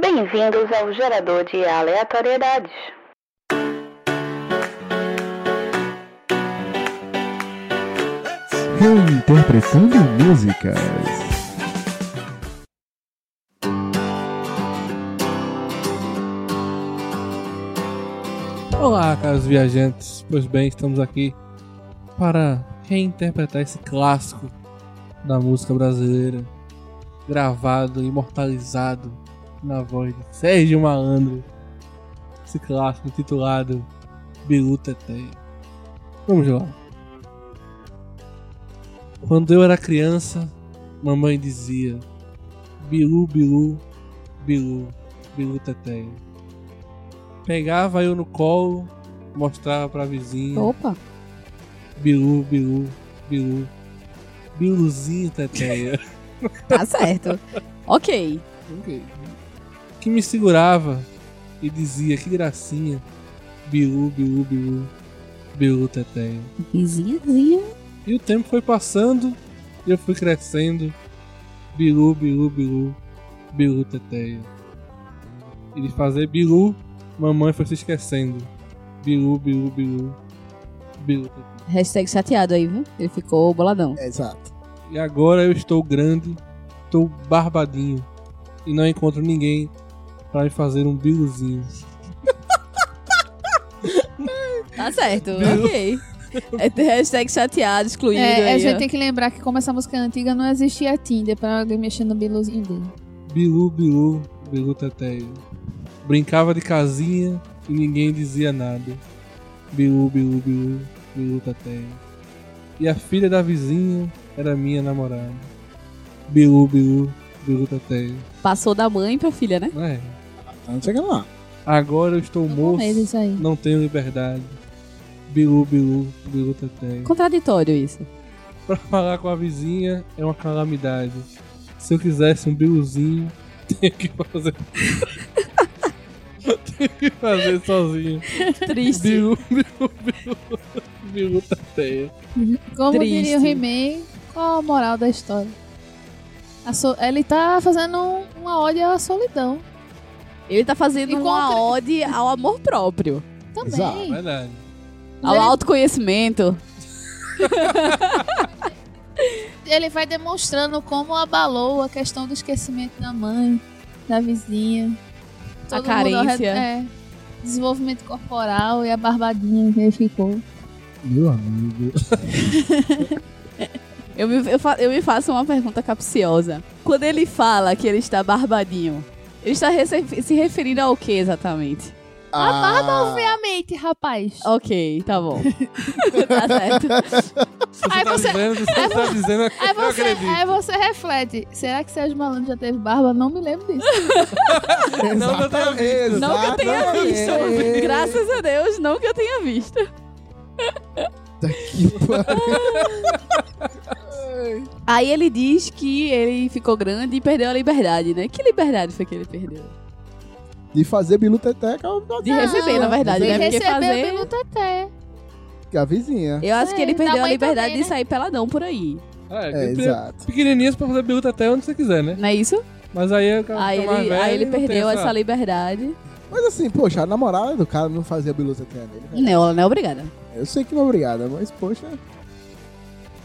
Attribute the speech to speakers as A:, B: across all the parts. A: Bem-vindos ao gerador de aleatoriedades.
B: Reinterpretando músicas.
C: Olá, caros viajantes. Pois bem, estamos aqui para reinterpretar esse clássico da música brasileira, gravado, imortalizado na voz de Sérgio Malandro. Esse clássico intitulado Bilu Teteia. Vamos lá. Quando eu era criança, mamãe dizia: Bilu, Bilu, Bilu, Bilu Teteia. Pegava eu no colo, mostrava pra vizinha.
D: Opa!
C: Bilu, Bilu, Bilu. Biluzinho, Teteia.
D: Tá certo. ok.
C: Que me segurava e dizia, que gracinha. Bilu, Bilu, Bilu. Bilu, Teteia.
D: Risinhazinha.
C: E o tempo foi passando e eu fui crescendo. Bilu, Bilu, Bilu. Bilu, Teteia. E de fazer Bilu, mamãe foi se esquecendo. Bilu, Bilu, Bilu. Bilu, Teteia.
D: Hashtag chateado aí, viu? Ele ficou boladão.
E: Exato.
C: E agora eu estou grande, estou barbadinho e não encontro ninguém para me fazer um biluzinho.
D: Tá certo, ok. É, tem hashtag chateado, excluído
F: É,
D: aí.
F: a gente
D: ó.
F: tem que lembrar que como essa música é antiga, não existia Tinder pra alguém mexer no biluzinho dele.
C: Bilu, bilu, bilu teteia. Brincava de casinha e ninguém dizia nada. Bilu, bilu, bilu, bilu teteia. E a filha da vizinha era minha namorada. Bilu, bilu, bilu teteia.
D: Passou da mãe pra filha, né?
C: É.
E: Estamos chegando lá.
C: Agora eu estou
F: Tô com medo
C: moço,
F: disso aí.
C: não tenho liberdade. Bilu, bilu, bilu teteia.
D: Contraditório isso.
C: Pra falar com a vizinha é uma calamidade. Se eu quisesse um biluzinho, tenho que fazer. tenho que fazer sozinho.
D: Triste.
C: Bilu, bilu, bilu. Bilu tá tateia.
F: Como
D: Triste.
F: diria o He-Man, qual a moral da história? A so- Ele tá fazendo um- uma ode à solidão
D: Ele tá fazendo
F: E
D: uma
F: contra-
D: ode ao amor próprio,
F: também.
E: Exato.
D: né?
C: Verdade.
D: ao
F: Ele-
D: autoconhecimento.
F: Ele vai demonstrando como abalou a questão do esquecimento da mãe, da vizinha.
D: A
F: mundo ao redor-
D: carência.
F: é. Desenvolvimento corporal e a barbadinha que ele ficou.
B: Meu amigo.
D: Eu me, eu, fa- eu me faço uma pergunta capciosa. Quando ele fala que ele está barbadinho, ele está rece- se referindo ao que exatamente?
F: A barba,
E: Ah,
F: obviamente, rapaz.
D: Ok, tá bom. tá certo.
C: Se você
F: Aí
C: tá
F: você-
C: dizendo, se você tá dizendo,
F: Aí
C: eu
F: É você,
C: acredito.
F: aí você reflete, será que Sérgio Malandro já teve barba? Não me lembro disso.
C: Não que eu
E: tá
C: tenha visto.
D: Não tá- que eu tenha
E: Exatamente.
D: visto. Graças a Deus, não que eu tenha visto.
E: Que pariu.
D: Aí ele diz que ele ficou grande e perdeu a liberdade, né? Que liberdade foi que ele perdeu?
E: De fazer bilu teteca
D: De
F: Não,
D: receber, na verdade,
F: Ele
D: né? Porque
F: recebeu
D: fazer...
F: pelo Teté.
E: com a vizinha.
D: Eu acho
F: Sei,
D: que ele
F: da
D: perdeu a
F: mãe
D: liberdade
F: também,
D: de sair peladão por aí.
C: É,
E: É,
C: pe-
E: exato.
C: Pequenininhas pra fazer bilu tateia onde você quiser, né?
D: Não é isso?
C: Mas aí eu
D: aí, ele, aí ele perdeu essa, liberdade.
E: Mas assim, poxa, a namorada do cara não fazia bilu teteca nele. velho.
D: Não, ela não é obrigada.
E: Eu sei que não é obrigada, mas poxa.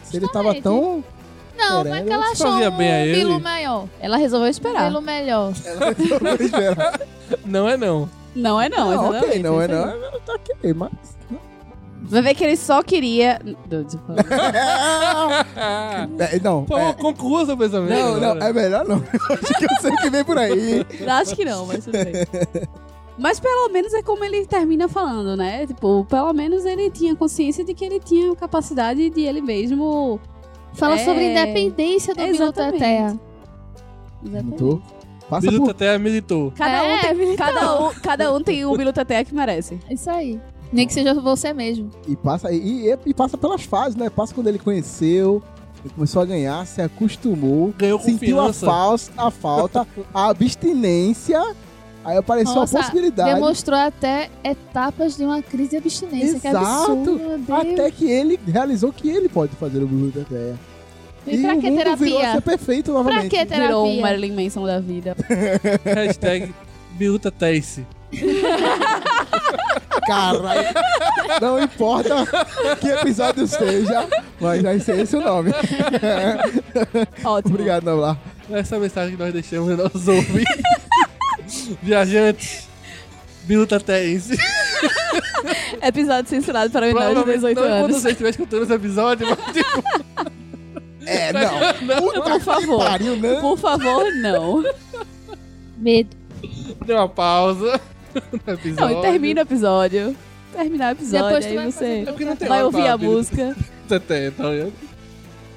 E: Se ele tava
F: Justamente.
E: tão.
F: Não,
E: Será?
F: mas que
E: Ela
F: ela
C: se
F: achou
C: fazia
F: um
C: bem a ele?
F: pelo maior.
D: Ela resolveu esperar.
F: Pelo melhor.
C: Não é não.
D: Não é não,
E: Não,
D: exatamente.
E: ok, não é
D: isso aí.
E: não. Tá ok, mas.
D: Vai ver que ele só queria... Não, desculpa.
E: É, não,
C: Pô,
E: é,
C: conclua seu um pensamento.
E: não, não,
C: agora.
E: é melhor não. Acho que eu sei que vem por aí.
D: Acho que não, mas tudo bem. Mas pelo menos é como ele termina falando, né? Tipo, pelo menos ele tinha consciência de que ele tinha capacidade de ele mesmo.
F: Fala
D: É.
F: sobre independência do Bilu
D: Exatamente.
F: Teté.
E: Mudou. Passa
C: Bilu
E: por.
C: Tateia tá militou.
D: Cada, um
F: É,
D: tem, cada, um, cada um tem o biluteté que merece.
F: Isso aí. Nem que seja você mesmo.
E: E passa, e, e- e passa pelas fases, né? Passa quando ele conheceu, ele começou a ganhar, se acostumou,
C: Ganhou
E: sentiu a,
C: confiança.
E: falsa, a falta, a abstinência, aí apareceu
F: Nossa,
E: a É possibilidade.
F: Demonstrou até etapas de uma crise de abstinência. Que é
E: Exato.
F: absurdo, meu Deus.
E: Até que ele realizou que ele pode fazer o Blue Teteia.
F: E pra
E: o
F: que
E: mundo virou assim, a ser
F: terapia?
E: perfeito
F: Pra
E: novamente.
F: que
D: Virou um
F: terapia?
D: Marilyn Manson da vida.
C: Hashtag Biruta Tace.
E: Caralho. Não importa que episódio seja, mas vai ser esse o nome.
D: Ótimo.
E: Obrigado, Nablar.
C: Essa é a mensagem que nós deixamos aos nossos ouvintes. Viajantes. Biruta Tace.
D: Episódio censurado para menores de 18
C: não quando
D: anos.
C: você estiver escutando esse episódio, mas tipo,
E: É, não. Puta
D: Por
E: que
D: favor.
E: pariu, né?
D: Por favor, não.
F: Medo.
C: deu uma pausa no
D: Não,
C: episódio.
D: e termina o episódio. Terminar o episódio,
F: Depois tu
D: aí
F: vai
D: você
C: É
F: fazer-
C: porque não tem
D: vai
C: hora pra
D: ouvir a
C: abrir.
D: música.
C: Até, tá ligado?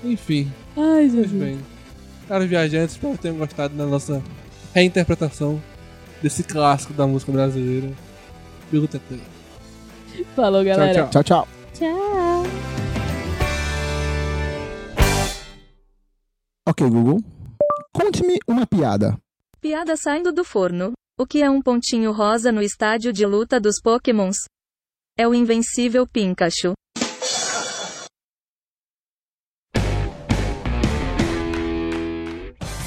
C: Enfim,
D: Ai,
C: pois
D: Jesus.
C: bem. Caros viajantes, espero que tenham gostado da nossa reinterpretação desse clássico da música brasileira. Biruta Tace.
D: Falou, galera.
C: tchau.
E: Tchau, tchau.
D: tchau.
E: Ok, Google. Conte-me uma piada.
G: Piada saindo do forno. O que é um pontinho rosa no estádio de luta dos Pokémons? É o invencível Pikachu.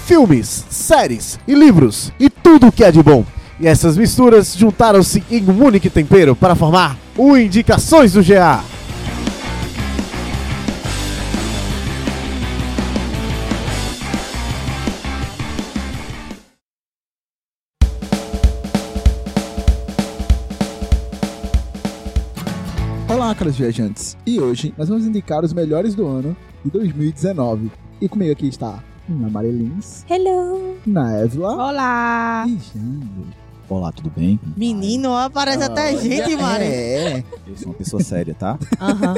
H: filmes, séries e livros e tudo o que é de bom. E essas misturas juntaram-se em um único tempero para formar o Indicações do GA.
E: Olá, caros viajantes. E hoje nós vamos indicar os melhores do ano de 2019. E comigo aqui está na Marilins,
I: Hello!
E: na Evla
I: Olá!
E: e Jango.
J: Olá, tudo bem?
I: Menino, ó, parece
E: Ah.
I: até gente, mano.
E: É,
J: Eu sou uma pessoa séria, tá?
I: Aham.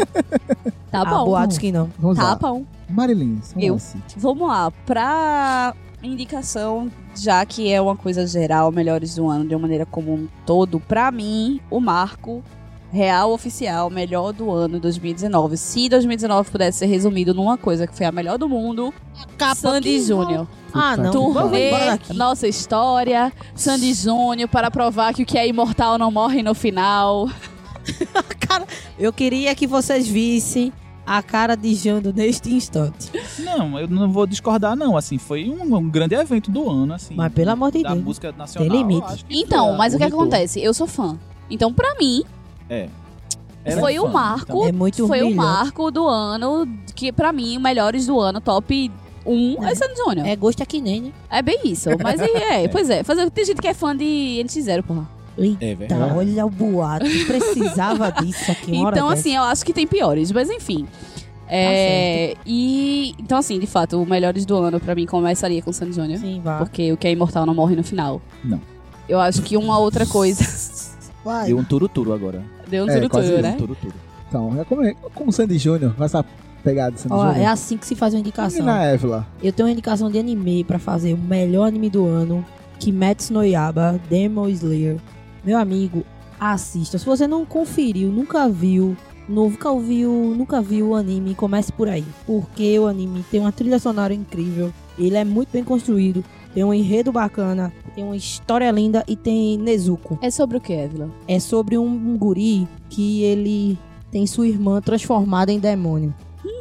D: Tá
I: Ah,
D: bom.
I: boatos que não.
E: vamos
D: Tá
E: lá.
D: bom.
E: Marilins,
I: Eu.
E: lance.
D: Vamos lá. Pra indicação, já que é uma coisa geral, melhores do ano de uma maneira como um todo, pra mim, o marco real oficial, melhor do ano 2019. Se 2019 pudesse ser resumido numa coisa que foi a melhor do mundo,
I: Capa
D: Sandy
I: que não.
D: Júnior.
I: Ah, um não.
D: Turnê,
I: Bora daqui.
D: nossa história, Sandy Júnior, para provar que o que é imortal não morre no final.
I: Cara, eu queria que vocês vissem a cara de Jando neste instante.
J: Não, eu não vou discordar, não. Assim, foi um, um grande evento do ano, assim.
I: Mas pelo amor de
J: da
I: Deus.
J: música nacional.
I: Tem limite.
J: eu acho que
D: Então,
J: foi,
D: mas o que
J: bonito.
D: acontece? Eu sou fã. Então, pra mim,
J: É.
D: foi
J: fã,
D: o marco,
I: É muito
D: foi o
I: humilhante.
D: marco do ano, que pra mim, melhores do ano, top 1 é,
I: É.
D: Sandy Júnior.
I: É gosto aqui nem, né?
D: É. bem isso, mas aí é, pois é. Fazer, tem gente que é fã de NX0, porra.
I: Eita,
J: É verdade.
I: Tá, olha o boato. Precisava disso aqui, uma hora
D: Então,
I: dessa.
D: assim, eu acho que tem piores, mas enfim. É, e então, assim, de fato, o melhores do ano pra mim começaria com Sandy Júnior.
I: Sim, vá.
D: Porque o que é imortal não morre no final.
J: Não.
D: Eu acho que uma outra coisa.
I: Vai.
J: Deu um turuturu agora.
D: Deu um
E: É, quase
D: turuturo,
E: isso.
D: né?
J: Um turuturu.
E: Então, é como, é como Sandy Júnior, com essa pegada de Sandy
I: Ó, é
E: Júnior.
I: assim que se faz uma
E: E
I: indicação.
E: na Evla.
I: Eu tenho uma indicação de anime pra fazer o melhor anime do ano, Kimetsu no Yaba, Demon Slayer. Meu amigo, assista. Se você não conferiu, nunca viu, nunca ouviu, nunca viu o anime, comece por aí. Porque o anime tem uma trilha sonora incrível, ele é muito bem construído, tem um enredo bacana, tem uma história linda e tem Nezuko
D: É sobre o que, Evila?
I: é sobre um, um guri que ele tem sua irmã transformada em demônio.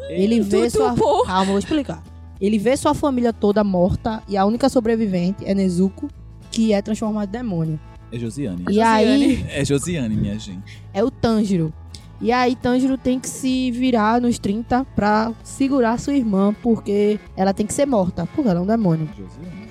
I: Ele vê
D: tudo
I: sua
D: bom.
I: calma, eu vou explicar. Ele vê sua família toda morta e a única sobrevivente é Nezuko, que é transformada em demônio.
J: É Josiane.
I: E aí
J: É Josiane, minha gente.
I: é o Tanjiro. E aí Tanjiro tem que se virar nos 30 pra segurar sua irmã, porque ela tem que ser morta, porque ela é um demônio.
J: Josiane.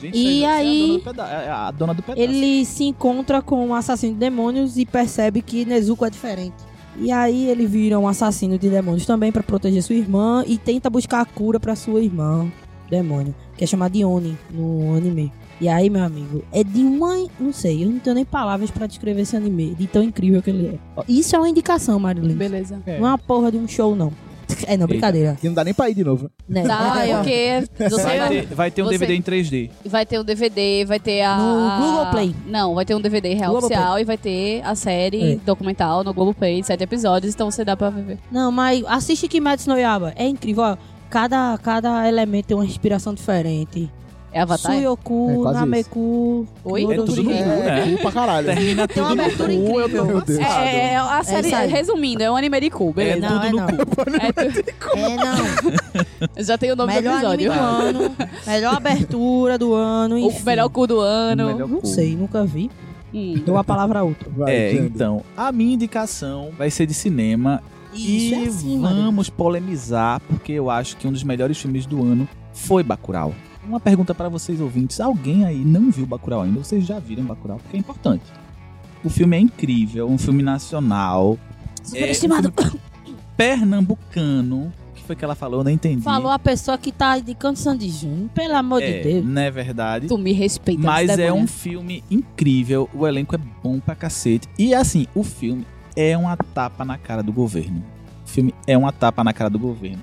J: Gente,
I: E
J: isso
I: aí-
J: É a dona do peda- é a dona do pedaço.
I: Ele se encontra com um assassino de demônios e percebe que Nezuko é diferente. E aí ele vira um assassino de demônios também pra proteger sua irmã e tenta buscar a cura pra sua irmã, demônio, que é chamada de Oni no anime. E aí, meu amigo, é de uma. Não sei, eu não tenho nem palavras pra descrever esse anime, de tão incrível que ele é. Isso é uma indicação, Marilyn.
D: Beleza.
I: Não é uma porra de um show, não. É, não, brincadeira.
E: Que não dá nem pra ir de novo.
I: Né?
D: Tá,
I: É, ó,
D: porque você
J: Vai
D: vai,
J: ter, vai ter um
D: Você-
J: DVD em 3D.
D: vai ter o DVD, vai ter a.
I: No Google Play.
D: Não, vai ter um DVD real
I: Globoplay.
D: oficial e vai ter a série
I: É.
D: documental no Globoplay, sete episódios, então você dá pra ver.
I: Não, mas assiste Kimetsu no Yaba. É incrível, ó. Cada, cada elemento tem uma inspiração diferente.
D: É Avatar?
I: Suyoku,
D: É quase isso.
I: Nameku.
D: Oi?
I: Todo
D: É tudo no
I: mundo.
D: cu, né?
E: cu pra caralho.
J: Termina
I: Tem uma
J: tudo no
I: abertura
J: cu, eu
I: incrível.
J: tô
I: Meu Deus.
J: cansado.
D: É, é a série,
I: isso aí.
D: resumindo, é um anime de Cuba.
J: É
I: Não,
J: tudo
I: é
J: no
I: não.
J: cu.
I: É, não.
D: Já tem o nome do
I: Melhor anime
D: episódio.
I: do ano. Melhor abertura do ano.
D: O
I: enfim.
D: melhor cu do ano.
J: Melhor
I: Não
J: cu.
I: sei, nunca vi.
D: Hum.
I: Deu uma palavra a outra.
E: Vai,
J: É,
E: Xander.
J: então, a minha indicação vai ser de cinema
I: Isso
J: e
I: é assim, mano.
J: vamos polemizar porque eu acho que um dos melhores filmes do ano foi Bacurau. Uma pergunta pra vocês ouvintes, alguém aí não viu Bacurau ainda? Vocês já viram Bacurau? Porque é importante. O filme é incrível, é um filme nacional, É, um
I: Superestimado.
J: pernambucano. O que foi que ela falou? Eu não entendi.
I: Falou a pessoa que tá indicando Sandy Júnior. Pelo amor
J: é,
I: de Deus.
J: Não é verdade?
D: Tu me respeita.
J: Mas
D: essa
J: é um
D: mulher.
J: filme incrível, o elenco é bom pra cacete. E assim, o filme é uma tapa na cara do governo. O filme é uma tapa na cara do governo.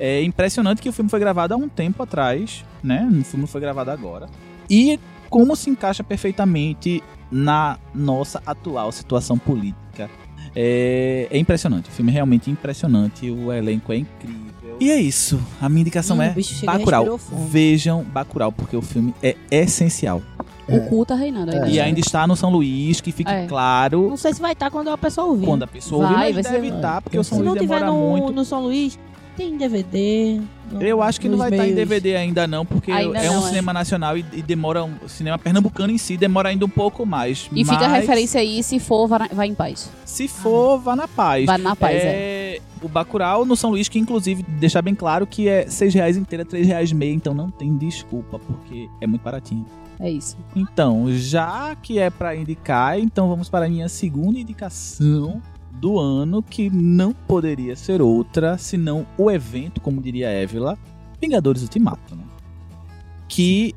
J: É impressionante que o filme foi gravado há um tempo atrás, né? O filme foi gravado agora. E como se encaixa perfeitamente na nossa atual situação política. É, é impressionante, o filme é realmente impressionante, o elenco é incrível. E é isso, a minha indicação
I: Ih,
J: é
I: Hum, o bicho chegou e
J: Bacurau.
I: respirou fundo.
J: Vejam Bacurau, porque o filme é essencial.
I: É.
D: O cu tá reinando ainda.
J: E ainda está no São Luís, que fique
D: É.
J: claro
I: Não sei se vai estar quando a pessoa ouvir.
J: quando a pessoa
D: Vai,
J: ouvir, mas
D: vai ser-
J: deve estar, porque o São
I: se
J: Luís
I: não tiver
J: demora muito.
I: no, no São Luís, tem DVD. no-
J: Eu acho que não
I: nos
J: vai estar em
I: meios.
J: DVD ainda não, porque
D: Ainda
J: é um
D: não, é.
J: cinema nacional e, e demora, um o cinema pernambucano em si demora ainda um pouco mais.
D: E fica a
J: Mas,
D: referência aí, se for, vá, vá em paz.
J: Se for, vá na paz.
D: Vá na paz, é.
J: é, O Bacurau no São Luís, que inclusive, deixar bem claro que é R$ 6 reais inteira, R$ 3 reais e meia, então não tem desculpa, porque é muito baratinho.
D: É isso.
J: Então, já que é pra indicar, então vamos para a minha segunda indicação do ano, que não poderia ser outra, senão o evento, como diria Évila, Vingadores Ultimato, né? Que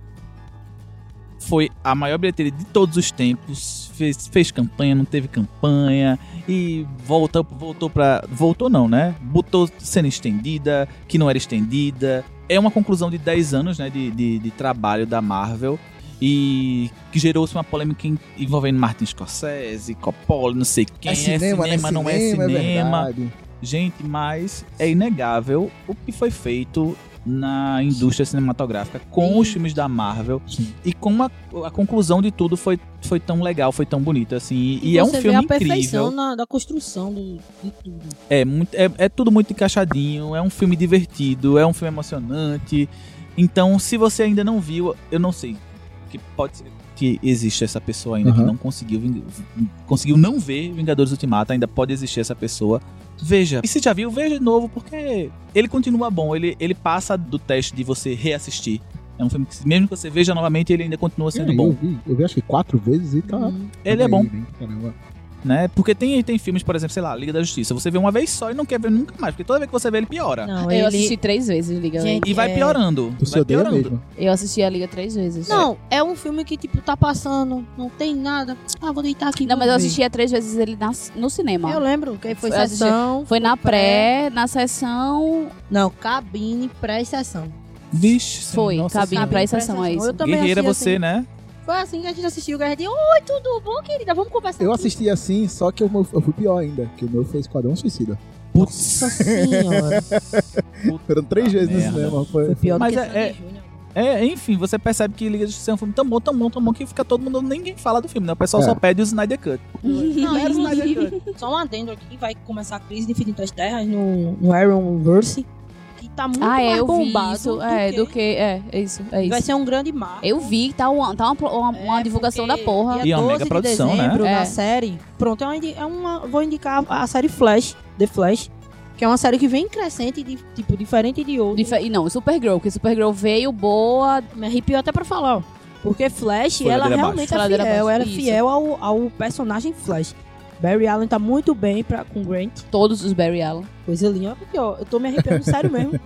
J: foi a maior bilheteria de todos os tempos, fez, fez campanha, não teve campanha, e voltou, voltou pra... Voltou não, né? Botou cena estendida, que não era estendida. É uma conclusão de 10 anos, né, de- de, de trabalho da Marvel e que gerou-se uma polêmica em- envolvendo Martin Scorsese, Coppola, não sei quem. É cinema, não é cinema.
E: né? verdade.
J: Gente, mas é inegável o que foi feito na indústria cinematográfica com os filmes da Marvel e como a, a conclusão de tudo foi, foi tão legal, foi tão bonito assim. E, e é um
I: você
J: filme
I: vê a perfeição
J: incrível.
I: na- da construção do, de tudo.
J: É, muito, é, é tudo muito encaixadinho, é um filme divertido, é um filme emocionante. Então, se você ainda não viu, eu não sei. Que pode ser que existe essa pessoa ainda que
E: Uhum.
J: não conseguiu, ving- ving- conseguiu não ver Vingadores Ultimato, ainda pode existir essa pessoa. Veja. E se já viu, veja de novo, porque ele continua bom, ele, ele passa do teste de você reassistir. É um filme que, mesmo que você veja novamente, ele ainda continua sendo
E: É, Eu
J: bom.
E: vi, eu vi acho que quatro vezes e tá.
J: Ele é
E: Aí,
J: bom
E: né? Caramba.
J: né? Porque tem, tem filmes, por exemplo, sei lá, Liga da Justiça. Você vê uma vez só e não quer ver nunca mais, porque toda vez que você vê ele piora.
I: Não,
D: Eu
I: Então ele...
D: assisti três vezes, Liga.
I: Gente,
J: E vai
I: é-
J: piorando.
E: Tu se
J: vai
E: odeia
J: piorando.
E: é mesmo.
D: Eu assisti a Liga três vezes.
I: Não, é um filme que, tipo, tá passando, não tem nada. Ah, vou deitar aqui.
D: Não,
I: vou
D: mas eu
I: ver.
D: assisti a três vezes ele na- no cinema.
I: Eu lembro que foi
D: Eu assisti-
I: sessão.
D: Foi na pré, na sessão.
I: Não, cabine pré-sessão.
J: Vixe,
D: Foi,
J: nossa
D: cabine
J: senhora.
D: pra estação, é isso.
I: Eu também
J: Guerreira
I: assisti
J: você,
I: assim.
J: né?
I: Foi assim que a gente assistiu. Guerreira de, oi, tudo bom, querida? Vamos conversar.
E: Eu
I: aqui."
E: assisti assim, só que eu, eu fui pior ainda, que o meu fez Esquadrão Suicida.
I: Nossa
J: Putz.
I: senhora.
E: Foram três
J: Puta
E: vezes
J: Ah, merda.
E: no cinema. Foi...
I: Foi pior do
J: Mas
I: que
J: é-
I: Sandy
J: é-
I: Júnior.
J: É, enfim, você percebe que Liga da Justiça é um filme tão bom, tão bom, tão bom que fica todo mundo, ninguém fala do filme, né? O pessoal
E: É.
J: só pede o Snyder Cut.
I: Não, é
J: Era o Snyder Cut.
I: Só um adendo aqui, vai começar a crise de infinitas terras no, no Iron Verse, que tá muito
D: ah, é,
I: mais
D: eu vi
I: bombado
D: isso.
I: do
D: é,
I: que-
D: do que. É, é isso. É
I: Vai
D: isso.
I: ser um grande marco.
D: Eu vi, tá uma, tá uma, uma- uma
I: É,
D: divulgação da
I: porque
D: porra.
I: dia
J: E é uma
I: 12
J: mega
I: de
J: produção, né?
I: dezembro,
D: É.
I: Na série. Pronto, é uma, indi- é uma- vou indicar a série Flash, The Flash, que é uma série que vem crescente, de, tipo, diferente de outro.
D: Dife- E não, Supergirl, porque Supergirl veio boa.
I: Me arrepiou até pra falar, ó. Porque Flash,
J: Foi
I: ela
J: ladeira
D: abaixo.
I: realmente é
D: Foi ladeira
I: fiel.
D: abaixo,
I: Ela é
D: isso.
I: fiel ao, ao personagem Flash. Barry Allen tá muito bem pra, com Grant.
D: Todos os Barry Allen.
I: Coisa linda. Porque, ó, eu tô me arrepiando sério mesmo.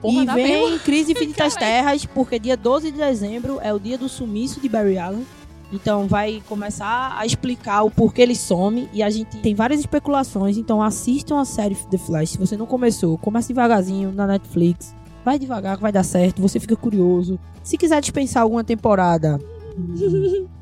D: Porra,
I: e
D: dá
I: vem
D: mesmo.
I: Crise Infinitas Terras, porque dia 12 de dezembro é o dia do sumiço de Barry Allen. Então vai começar a explicar o porquê ele some e a gente tem várias especulações. Então assistam a série The Flash. Se você não começou, comece devagarzinho na Netflix. Vai devagar que vai dar certo, você fica curioso. Se quiser dispensar alguma temporada,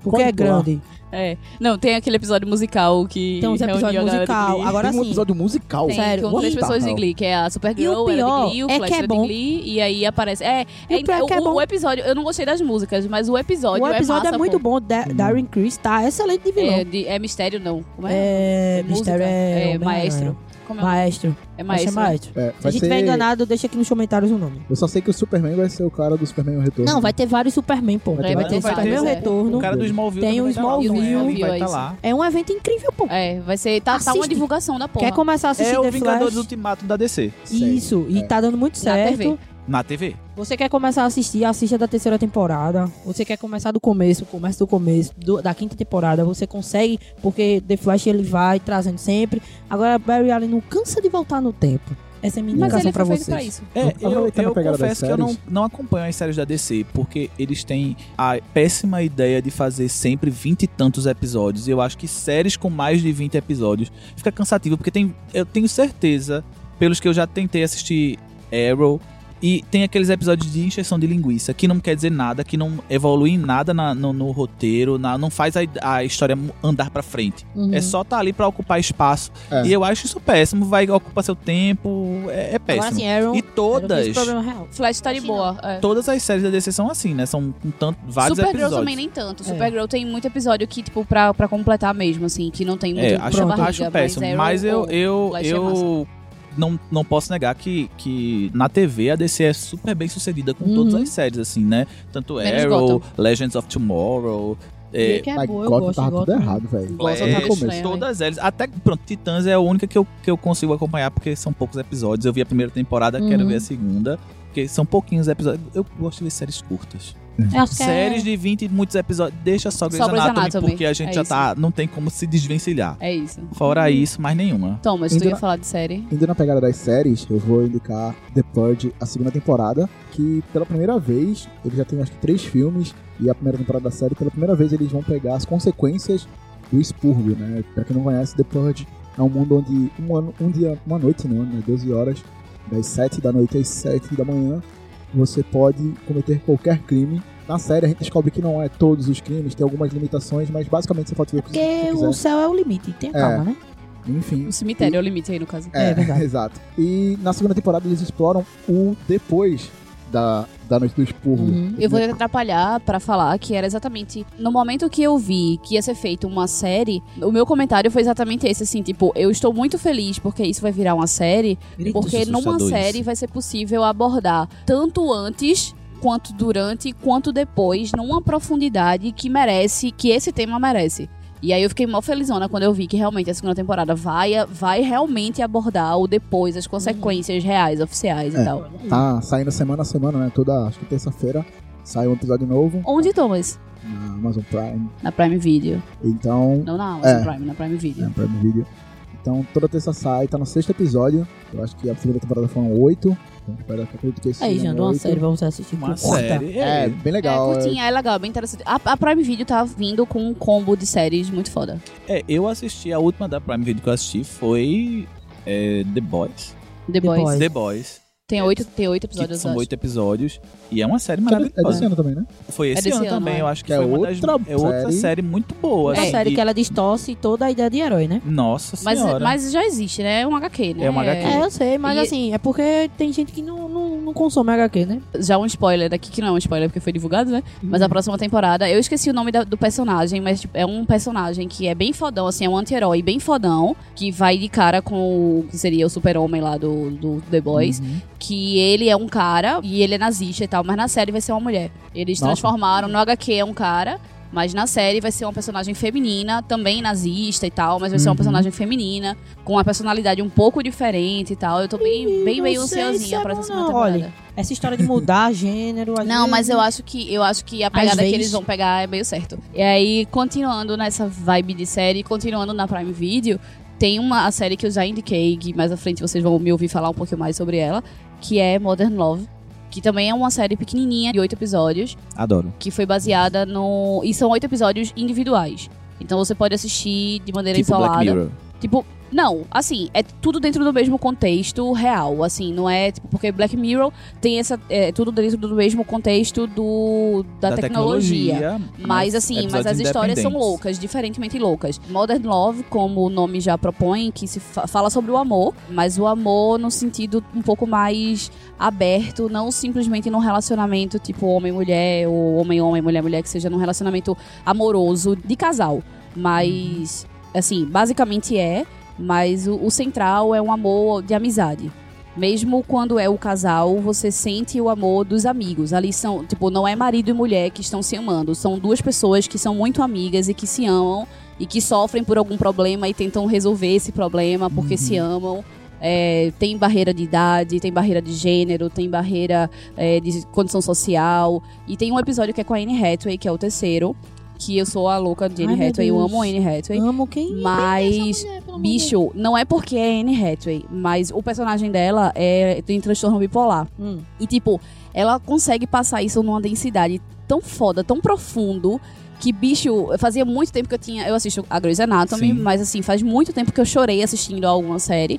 I: Porque é grande.
D: É. Não, tem aquele episódio musical que.
I: Então, esse
D: reuniu
I: episódio
D: a galera de
I: musical.
D: Glee.
I: Agora
E: Tem um
I: sim.
E: episódio musical.
D: Tem,
I: Sério,
D: com três
I: eita,
D: pessoas de
E: não.
D: Glee, que é a
I: E
D: Supergirl,
I: o
D: o Ela
I: pior
D: de Glee, o
I: é que
D: Flash
I: é
D: de
I: bom.
D: Glee, e aí aparece... É,
I: E
D: é,
I: o pior é que é
D: o,
I: bom.
D: o episódio, eu não gostei das músicas, mas o episódio
I: o episódio é,
D: massa,
I: muito
D: pô.
I: bom. Da Darren Criss tá excelente de vilão.
D: É, de- é mistério não, como é?
I: É,
D: Música?
I: Mistério é,
D: É,
I: Homem-Aranha.
D: maestro. Como é? o nome?
I: Maestro.
D: É
I: Acho que é
D: maestro. né?
I: maestro.
E: É,
I: Se a
E: vai
I: gente
E: ser...
I: tiver enganado, deixa aqui nos comentários o nome.
E: Eu só sei que o Superman vai ser o cara do Superman o Retorno.
I: Não, vai ter vários Superman, pô.
E: Vai ter
I: Vai ter
E: vários
I: Superman
D: Superman, é.
I: Retorno.
J: O cara do Smallville
I: Tem
J: também
I: o
J: tá lá,
I: Smallville.
J: Sam vai tá
D: Isso.
J: lá.
I: É um evento incrível, pô.
D: É, vai ser... Tá, tá uma
I: Assiste.
D: divulgação da porra.
I: Quer começar a assistir
J: É o
I: The
J: Vingadores
I: Flash?
J: Ultimato da DC,
I: Isso, e tá dando muito
D: Na
I: certo.
D: TV.
J: na TV.
I: Você quer começar a assistir, assista da terceira temporada. Você quer começar do começo, começa do começo, do- da quinta temporada. Você consegue, porque The Flash ele vai trazendo sempre. Agora, Barry Allen não cansa de voltar no tempo. Essa é a minha
D: Mas
I: indicação
D: ele
I: pra
D: foi feito
I: vocês.
D: pra isso.
J: É, eu,
E: Aproveitando
J: eu
E: a pegada das
J: confesso que eu não,
E: séries.
J: não acompanho as séries da DC, porque eles têm a péssima ideia de fazer sempre vinte e tantos episódios. E eu acho que séries com mais de 20 episódios fica cansativo, porque tem, eu tenho certeza, pelos que eu já tentei assistir Arrow, e tem aqueles episódios de injeção de linguiça, que não quer dizer nada, que não evolui em nada na- no, no roteiro, na- não faz a, a história andar pra frente.
I: Uhum.
J: É só tá ali pra ocupar espaço.
E: É.
J: E eu acho isso péssimo, vai ocupar seu tempo, é, é péssimo.
I: Agora assim, sim, Aaron.
J: E
I: Aaron tem
J: todas,
I: esse problema real.
D: Flash tá de boa. É.
J: todas as séries da DC são assim, né? São com tanto, vários
D: Supergirl
J: episódios.
D: também nem tanto.
I: É.
D: Supergirl tem muito episódio que, tipo, pra, pra completar mesmo, assim, que não tem muito
J: É, acho,
I: Pronto.
D: barriga,
J: acho péssimo. Mas,
D: Arrow
J: eu,
D: ou-
J: eu,
D: é Flash é
J: eu não, não posso negar que, que na TV a DC é super bem sucedida com
I: Uhum.
J: todas as séries, assim, né? Tanto
D: Menos
J: Arrow, Legends of Tomorrow. é,
I: Que é
E: Mas
I: boa, eu
E: God
I: gosto,
E: tava
I: eu gosto
E: tudo
I: muito.
E: errado, velho.
J: Flash,
E: Só no começo.
D: né?
J: todas elas. Até, pronto, Titãs é a única que eu, que eu consigo acompanhar, porque são poucos episódios. Eu vi a primeira temporada, quero
I: Uhum.
J: ver a segunda. Porque são pouquinhos episódios. Eu gosto de ver séries curtas.
I: Eu acho que é-
J: Séries de 20 e muitos episódios. Deixa só Grey's
D: Só Grey's
J: Anatomy,
D: Anatomy.
J: porque a gente
D: É
J: já
D: isso.
J: tá. Não tem como se desvencilhar.
D: É isso.
J: Fora isso, mais nenhuma.
D: Thomas, tu
E: Ainda
D: ia
E: não-
D: falar de série?
E: Indo na pegada das séries, eu vou indicar The Purge, a segunda temporada, que pela primeira vez, ele já tem acho que três filmes, e a primeira temporada da série, pela primeira vez eles vão pegar as consequências do expurgo, né? Pra quem não conhece, The Purge é um mundo onde um, ano, um dia, uma noite, não, né? 12 horas, das 7 da noite às 7 da manhã, você pode cometer qualquer crime. Na série a gente descobre que não é todos os crimes, tem algumas limitações, mas basicamente você pode ver o que você
I: Porque o
E: quiser.
I: céu é o limite, tenha calma, né?
E: Enfim,
D: O cemitério é o limite aí, no caso.
I: É, verdade.
E: Exato. E na segunda temporada eles exploram o depois da, da Noite do Expurgo.
I: Uhum.
D: Eu vou atrapalhar pra falar que era exatamente no momento que eu vi que ia ser feita uma série, o meu comentário foi exatamente esse, assim, tipo, eu estou muito feliz porque isso vai virar uma série,
J: é
D: porque numa
J: assustadores.
D: série vai ser possível abordar tanto antes quanto durante quanto depois numa profundidade que merece, que esse tema merece. E aí eu fiquei mó felizona quando eu vi que realmente a segunda temporada vai, vai realmente abordar o depois, as consequências reais, oficiais e
E: É.
D: tal.
E: Tá saindo semana a semana, né? Toda, acho que terça-feira sai um episódio novo
D: Onde, Thomas?
E: na Amazon Prime.
D: Na Prime Video.
E: Então,
D: Não na Amazon
E: É.
D: Prime, na Prime Video.
E: é, Prime Video. Então, toda terça sai, tá no sexto episódio. Eu acho que a primeira temporada foram oito. Então, espero que eu acredito que esse
I: Aí,
E: seja
I: Jandô, uma
E: oito.
I: série, vamos assistir.
J: Uma
I: que curta.
J: série. É,
E: É, bem legal.
D: É,
E: É,
D: curtinha, é legal, é bem interessante. A, a Prime Video tá vindo com um combo de séries muito foda.
J: é, eu assisti, a última da Prime Video que eu assisti foi é, The Boys.
D: The Boys.
I: Boys.
J: The Boys,
D: Tem, oito, tem oito
J: que
D: episódios,
J: são
D: eu acho.
J: oito episódios. E é uma série
E: é desse
J: maravilhosa.
E: ano também, né?
J: Foi esse
D: desse
J: ano,
D: ano,
J: também,
D: é.
J: eu acho que
E: É
J: foi uma das,
E: outra
J: é outra
E: série.
J: série muito boa.
I: Uma
J: assim,
I: série
J: de-
I: que ela distorce toda a ideia de herói, né?
J: Nossa
D: Mas,
J: senhora.
D: mas já existe, né? É um HQ, né?
J: É um HQ.
I: É, eu sei, mas
D: E-
I: assim, é porque tem gente que não, não, não consome HQ, né?
D: Já um spoiler aqui, que não é um spoiler porque foi divulgado, né?
I: Uhum.
D: Mas a próxima temporada, eu esqueci o nome da- do personagem, mas tipo, é um personagem que é bem fodão, assim, é um anti-herói bem fodão, que vai de cara com o que seria o super-homem lá do, do The Boys,
I: Uhum.
D: que ele é um cara e ele é nazista e tal, mas na série vai ser uma mulher. Eles
E: Nossa.
D: transformaram no HQ é um cara, mas na série vai ser uma personagem feminina, também nazista e tal, mas vai ser uma
E: Uhum.
D: personagem feminina, com uma personalidade um pouco diferente e tal. Eu tô bem,
I: Ih,
D: bem
I: não
D: meio
I: sei se
D: ansiosinha
I: é
D: pra
I: bom
D: essa segunda
I: não.
D: temporada.
I: Olha, Essa história de mudar gênero. às
D: Não, mas
I: vezes-
D: eu acho que eu acho que a pegada que
I: vezes.
D: eles vão pegar é meio certo. E aí, continuando nessa vibe de série, continuando na Prime Video, tem uma a série que eu já indiquei, que mais à frente vocês vão me ouvir falar um pouquinho mais sobre ela, que é Modern Love. Que também é uma série pequenininha, de oito episódios,
J: Adoro.
D: que foi baseada no. E são oito episódios individuais. Então você pode assistir de maneira
J: Tipo Black
D: isolada.
J: Mirror.
D: Tipo, Não, assim, é tudo dentro do mesmo contexto real, assim, não é, tipo, porque Black Mirror tem essa, é tudo dentro do mesmo contexto do, da, tecnologia. Mas assim, mas as
J: episódios
D: histórias são
J: independentes.
D: loucas, diferentemente loucas. Modern Love, como o nome já propõe, que se fa- fala sobre o amor, mas o amor no sentido um pouco mais aberto, não simplesmente num relacionamento tipo homem-mulher ou homem-homem, mulher-mulher, que seja num relacionamento amoroso de casal. Mas, assim, basicamente é, mas o, o central é um amor de amizade. Mesmo quando é o casal, você sente o amor dos amigos. Ali são, tipo, não é marido e mulher que estão se amando. São duas pessoas que são muito amigas e que se amam e que sofrem por algum problema e tentam resolver esse problema porque se
I: Uhum.
D: amam. É, tem barreira de idade, tem barreira de gênero, tem barreira é, de condição social. E tem um episódio que é com a Anne Hathaway, que é o terceiro. Que eu sou a louca de Anne
I: Ai, meu
D: Hathaway, eu
I: Deus.
D: amo a Anne Hathaway.
I: Amo quem?
D: Mas
F: Essa mulher, pelo amor de Deus.
D: Bicho, não é porque é Anne Hathaway, mas o personagem dela é tem transtorno bipolar.
I: Hum.
D: E tipo, ela consegue passar isso numa densidade tão foda, tão profundo, que bicho, fazia muito tempo que eu tinha, eu assisto a Grey's Anatomy,
J: Sim.
D: mas assim, faz muito tempo que eu chorei assistindo a alguma série.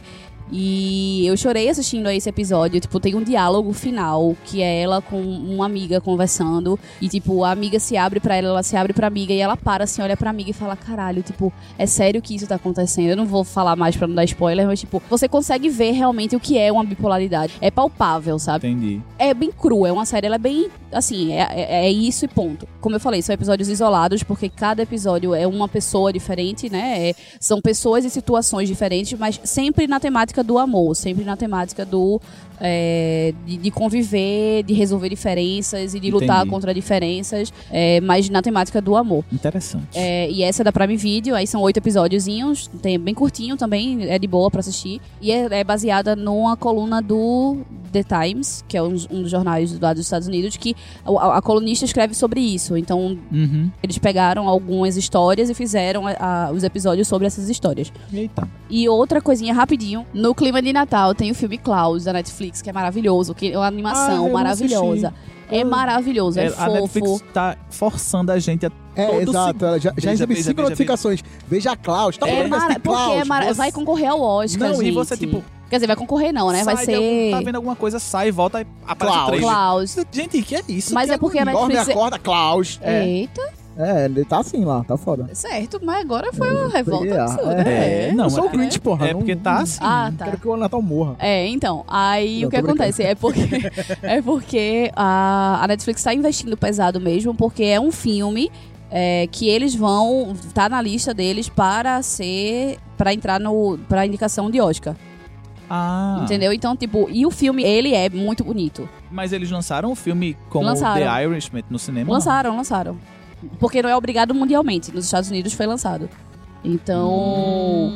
D: E eu chorei assistindo a esse episódio. Tipo, tem um diálogo final que é ela com uma amiga conversando. E, tipo, a amiga se abre pra ela, ela se abre pra amiga. E ela para assim, olha pra amiga e fala: Caralho, tipo, é sério que isso tá acontecendo? Eu não vou falar mais pra não dar spoiler, mas, tipo, você consegue ver realmente o que é uma bipolaridade. É palpável, sabe?
J: Entendi.
D: é bem crua, é uma série, ela é bem assim, é, é- é isso e ponto. Como eu falei, são episódios isolados, porque cada episódio é uma pessoa diferente, né? É- são pessoas e situações diferentes, mas sempre na temática do amor, sempre na temática do. é, de, de conviver, de resolver diferenças e de lutar
J: Entendi.
D: contra diferenças, é, mas na temática do amor.
J: Interessante.
D: É, e essa é da Prime Video, aí são oito episódiozinhos, tem é bem curtinho também, é de boa pra assistir. E é, é baseada numa coluna do The Times, que é um, um dos jornais lá dos Estados Unidos, que a, a colunista escreve sobre isso. Então,
J: Uhum.
D: eles pegaram algumas histórias e fizeram é, a- a- os episódios sobre essas histórias.
J: Eita.
D: E outra coisinha rapidinho, no clima de Natal tem o filme Klaus, da Netflix, que é maravilhoso, que é uma
J: Ah, eu
D: animação
J: não
D: maravilhosa. É
J: Ah.
D: maravilhoso, é,
J: É, a
D: fofo.
J: Netflix tá forçando a gente a
E: É,
J: Todo
E: exato. Ela já,
J: Veja,
E: já recebi
J: veja,
E: cinco
J: veja,
E: notificações. Veja, Klaus. Tá
J: É
E: falando
D: É
E: que
D: mara...
E: tem Klaus.
D: Porque é mara...
J: você-
D: vai concorrer ao Oscar,
J: Não,
D: gente.
J: e você, tipo,
D: Quer dizer, vai concorrer não, né? Vai
J: sai de
D: ser...
J: algum- tá vendo alguma coisa, sai, volta, aparece o
E: Klaus.
J: trailer.
D: Klaus.
J: Gente, que é isso?
D: Mas
J: Que
D: é porque a
J: agonia.
E: Dorme,
D: Netflix...
E: acorda, Klaus.
J: É.
D: Eita,
E: É, ele tá assim lá, tá foda.
D: certo. Mas agora foi uma revolta
E: é,
D: absurda.
J: É, não,
E: eu sou
J: é-
E: o Grinch, porra.
J: É
E: não-
J: porque tá assim.
D: né? Ah,
E: não
D: tá.
E: Quero que o Natal morra.
D: É, então, aí
E: Não,
D: o que
E: tô brincando.
D: acontece é porque, é porque a, a Netflix tá investindo pesado mesmo, porque é um filme é, que eles vão tá na lista deles para ser para entrar no para indicação de Oscar,
J: Ah.
D: entendeu? Então, tipo, e o filme ele é muito bonito.
J: Mas eles lançaram o filme como
D: Lançaram.
J: The Irishman no cinema?
D: Lançaram, lançaram. Porque não é obrigado mundialmente. Nos Estados Unidos foi lançado. Então.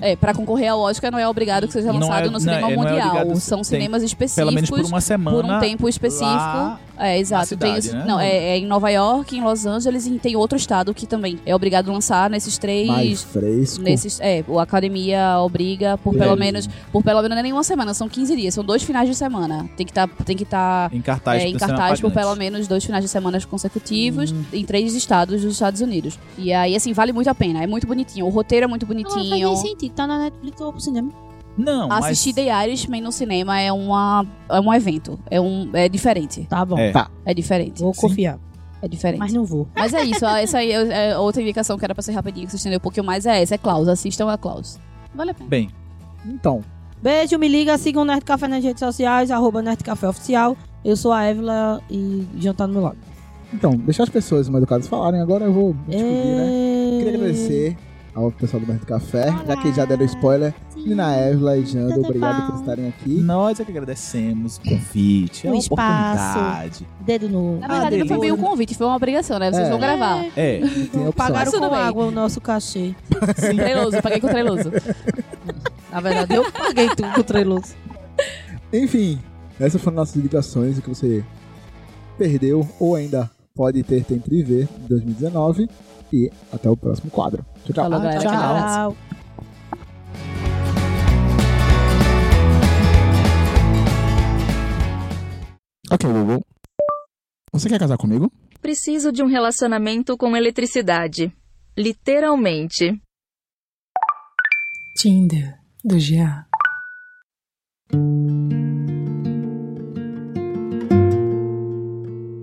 D: É, pra concorrer ao Oscar não é obrigado que seja
J: Hum. Não é-
D: lançado
J: não,
D: no cinema
J: é, não é
D: mundial.
J: obrigado,
D: São
J: tem-
D: cinemas específicos.
J: Pelo menos por uma semana.
D: por um tempo específico.
J: lá
D: é, exato.
J: cidade,
D: tem os-
J: né?
D: Não, é, é em Nova York, em Los Angeles e tem outro estado que também é obrigado a lançar nesses três.
E: Mais fresco.
D: Nesses, é, o academia obriga por pelo menos, por pelo menos não é nenhuma semana, são 15 dias, são dois finais de semana. Tem que tá, tem que estar
J: Em cartaz.
D: é,
J: pro
D: em
J: cinema
D: cartaz por
J: pagante.
D: pelo menos dois finais de semana consecutivos
J: Hum.
D: em três estados dos Estados Unidos. E aí, assim, vale muito a pena. É muito bonitinho. O roteiro é muito
I: Não faz
D: bonitinho.
I: nem sentido. Tá na Netflix ou pro cinema.
J: Não, mas...
D: Assistir The Irishman no cinema é, uma, é um evento. É, um, é diferente.
I: Tá bom.
J: É.
D: É diferente.
I: Vou confiar.
D: É diferente.
I: Mas
D: Mas,
I: não vou.
D: é isso. ó, Essa aí é é outra indicação que era pra ser rapidinho, que se estendeu um pouquinho mais. É essa. É Klaus. Assistam a Klaus. Vale a pena.
J: Bem,
E: Então,
I: Beijo, me liga, sigam o Nerd Café nas redes sociais, arroba Nerd Café Oficial. Eu sou a Évila e jantar no meu lado.
E: então, deixar as pessoas mais educadas falarem. Agora eu vou me despedir, né?
I: É...
E: Queria agradecer ao pessoal do Mercado Café, já que já deram spoiler. Nina Évila e Jando,
I: Tudo
E: obrigado
I: bom.
E: por estarem aqui.
J: nós é que agradecemos o convite, a
I: O
J: oportunidade.
I: Dedo no...
D: Na
J: Ah,
D: verdade, não foi bem um
J: delícia.
D: convite, foi uma obrigação, né? Vocês
E: É.
D: vão gravar.
J: É,
E: Tem opção.
I: Pagaram
D: Tudo
I: com
D: bem.
I: água o nosso cachê.
D: Treloso, paguei com treloso.
I: Na verdade, eu paguei tudo com o Treloso.
E: Enfim, essas foram nossas indicações, o que você perdeu ou ainda pode ter tempo de ver em 2019. E até o próximo quadro. Tchau, tchau.
D: Falou, galera. Aquele abraço.
I: Ah, Tchau.
E: Ok, Google. Você quer casar comigo?
G: Preciso de um relacionamento com eletricidade. Literalmente.
K: Tinder, do GA.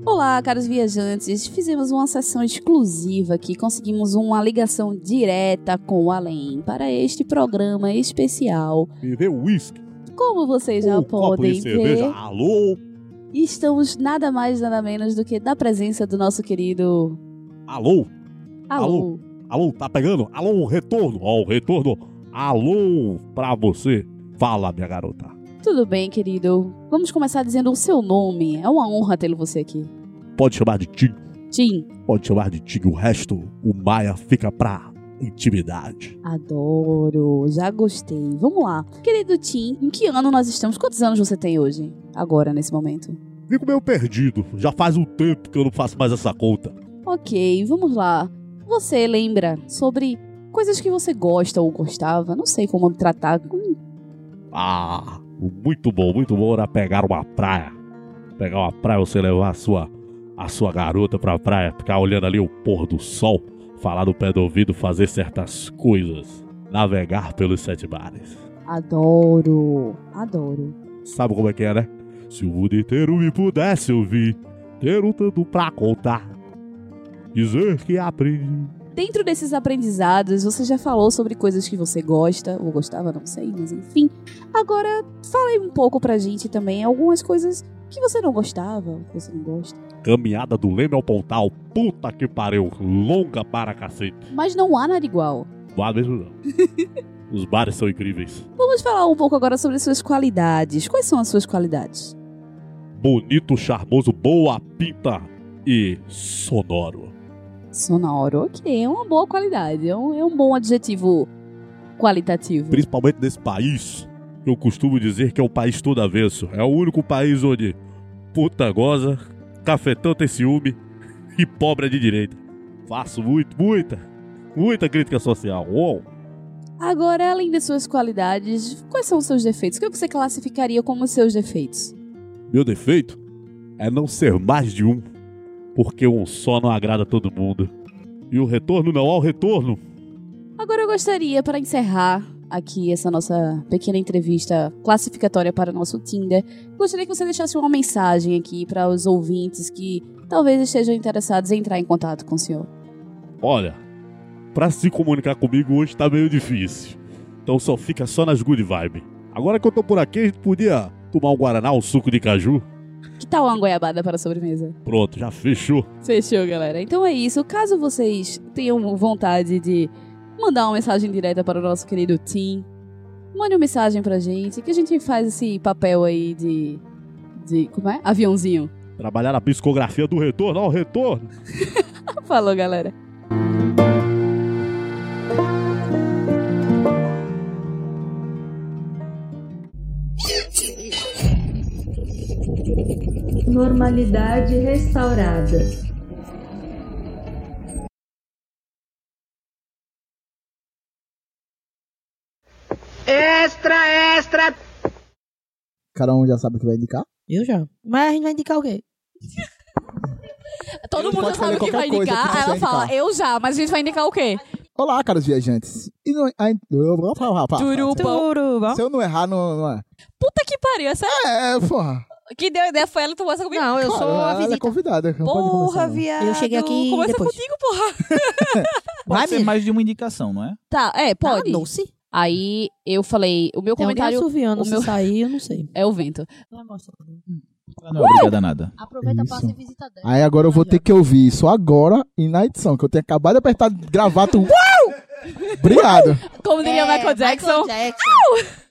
D: Olá, caros viajantes. Fizemos uma sessão exclusiva aqui, conseguimos uma ligação direta com o além para este programa especial.
C: Me dê um uísque.
D: Como vocês já
C: um copo
D: podem
C: de cerveja.
D: ver,
C: Alô?
D: estamos nada mais nada menos do que da presença do nosso querido
C: Alô?
D: Alô.
C: Alô? Alô, tá pegando? Alô, retorno. Ó, o retorno. Alô pra você. Fala, minha garota.
D: Tudo bem, querido? Vamos começar dizendo o seu nome. É uma honra tê-lo você aqui.
C: Pode chamar de Tig.
D: Tim,
C: Pode chamar de Tig. O resto, o Maia fica pra intimidade.
D: adoro, já gostei. Vamos lá. Querido Tim, em que ano nós estamos? Quantos anos você tem hoje? Agora, nesse momento.
C: Fico meio perdido. Já faz um tempo que eu não faço mais essa conta.
D: Ok, vamos lá. Você lembra sobre coisas que você gosta ou gostava? Não sei como tratar. Hum,
C: Ah, muito bom, muito bom era pegar uma praia. Pegar uma praia, você levar a sua, a sua garota pra praia, ficar olhando ali o pôr do sol, falar no pé do ouvido, fazer certas coisas, navegar pelos sete mares.
D: Adoro, adoro.
C: Sabe como é que é, né? Se o mundo inteiro me pudesse ouvir, ter um tanto pra contar, dizer que aprendi.
D: Dentro desses aprendizados, você já falou sobre coisas que você gosta, ou gostava, não sei, mas enfim. Agora, fala aí um pouco pra gente também algumas coisas que você não gostava, ou que você não gosta.
C: Caminhada do Leme ao Pontal, puta que pariu, longa para cacete.
D: Mas não há nada igual.
C: Não há mesmo não. Os bares são incríveis.
D: Vamos falar um pouco agora sobre suas qualidades. Quais são as suas qualidades?
C: bonito, charmoso, boa pinta e sonoro.
D: Sonoro, ok, é uma boa qualidade, é um, é um bom adjetivo qualitativo.
C: Principalmente nesse país, eu costumo dizer que é um país todo avesso. É o único país onde puta goza, cafetão tem ciúme e pobre é de direita. Faço muito, muita, muita crítica social. Uou.
D: Agora, além das suas qualidades, quais são os seus defeitos? O que você classificaria como os seus defeitos?
C: Meu defeito é não ser mais de um, porque um só não agrada todo mundo. E o retorno não há o retorno.
D: Agora eu gostaria, para encerrar aqui essa nossa pequena entrevista classificatória para o nosso Tinder, gostaria que você deixasse uma mensagem aqui para os ouvintes que talvez estejam interessados em entrar em contato com o senhor.
C: Olha, pra se comunicar comigo hoje tá meio difícil. Então só fica só nas good vibe. Agora que eu tô por aqui, a gente podia tomar um guaraná, um suco de caju.
D: Que tal uma goiabada para a sobremesa?
C: Pronto, já fechou.
D: Fechou, galera. Então é isso. Caso vocês tenham vontade de mandar uma mensagem direta para o nosso querido Tim, mande uma mensagem pra gente, que a gente faz esse papel aí de. de. como é? Aviãozinho.
C: Trabalhar na psicografia do retorno, ó, o retorno.
D: Falou, galera.
L: Normalidade restaurada.
A: Extra, extra!
E: Carol um já sabe o que vai indicar?
I: Eu já. Mas a gente vai indicar o quê?
D: Todo
E: Ele
D: mundo
E: pode
D: sabe
E: fazer
D: o que vai
E: qualquer coisa
D: indicar.
E: que você
D: Aí ela
E: indicar.
D: fala, eu já, mas a gente vai indicar o quê?
E: Olá, caros viajantes. E não, ai, eu vou falar, falar,
D: Turupa. Turupa.
E: Se eu não errar, não, não é.
D: Puta que pariu, essa.
E: É, é, porra.
D: Que deu a ideia foi ela que tomou essa comigo. Não,
E: Claro, ela é convidada. não pode começar, não.
I: Eu cheguei aqui
D: Começa
I: depois.
D: contigo, porra.
J: Pode ser mais de uma indicação, não é?
D: Tá,
E: Ah,
D: é, pode. Aí eu falei, o meu
I: Tem alguém
E: é
D: comentário.
I: um assoviando,
D: o
I: se
D: meu... tá
I: sair, eu não sei.
D: É o vento.
J: Ela não é obrigada a nada.
E: Aproveita, Isso. passa Aí agora eu vou ter que ouvir isso agora e na edição, que eu tenho acabado de apertar gravar. Tu... Uau! Obrigado.
D: Como diria
A: É,
D: Michael Jackson.
A: Michael Jackson.
D: Au!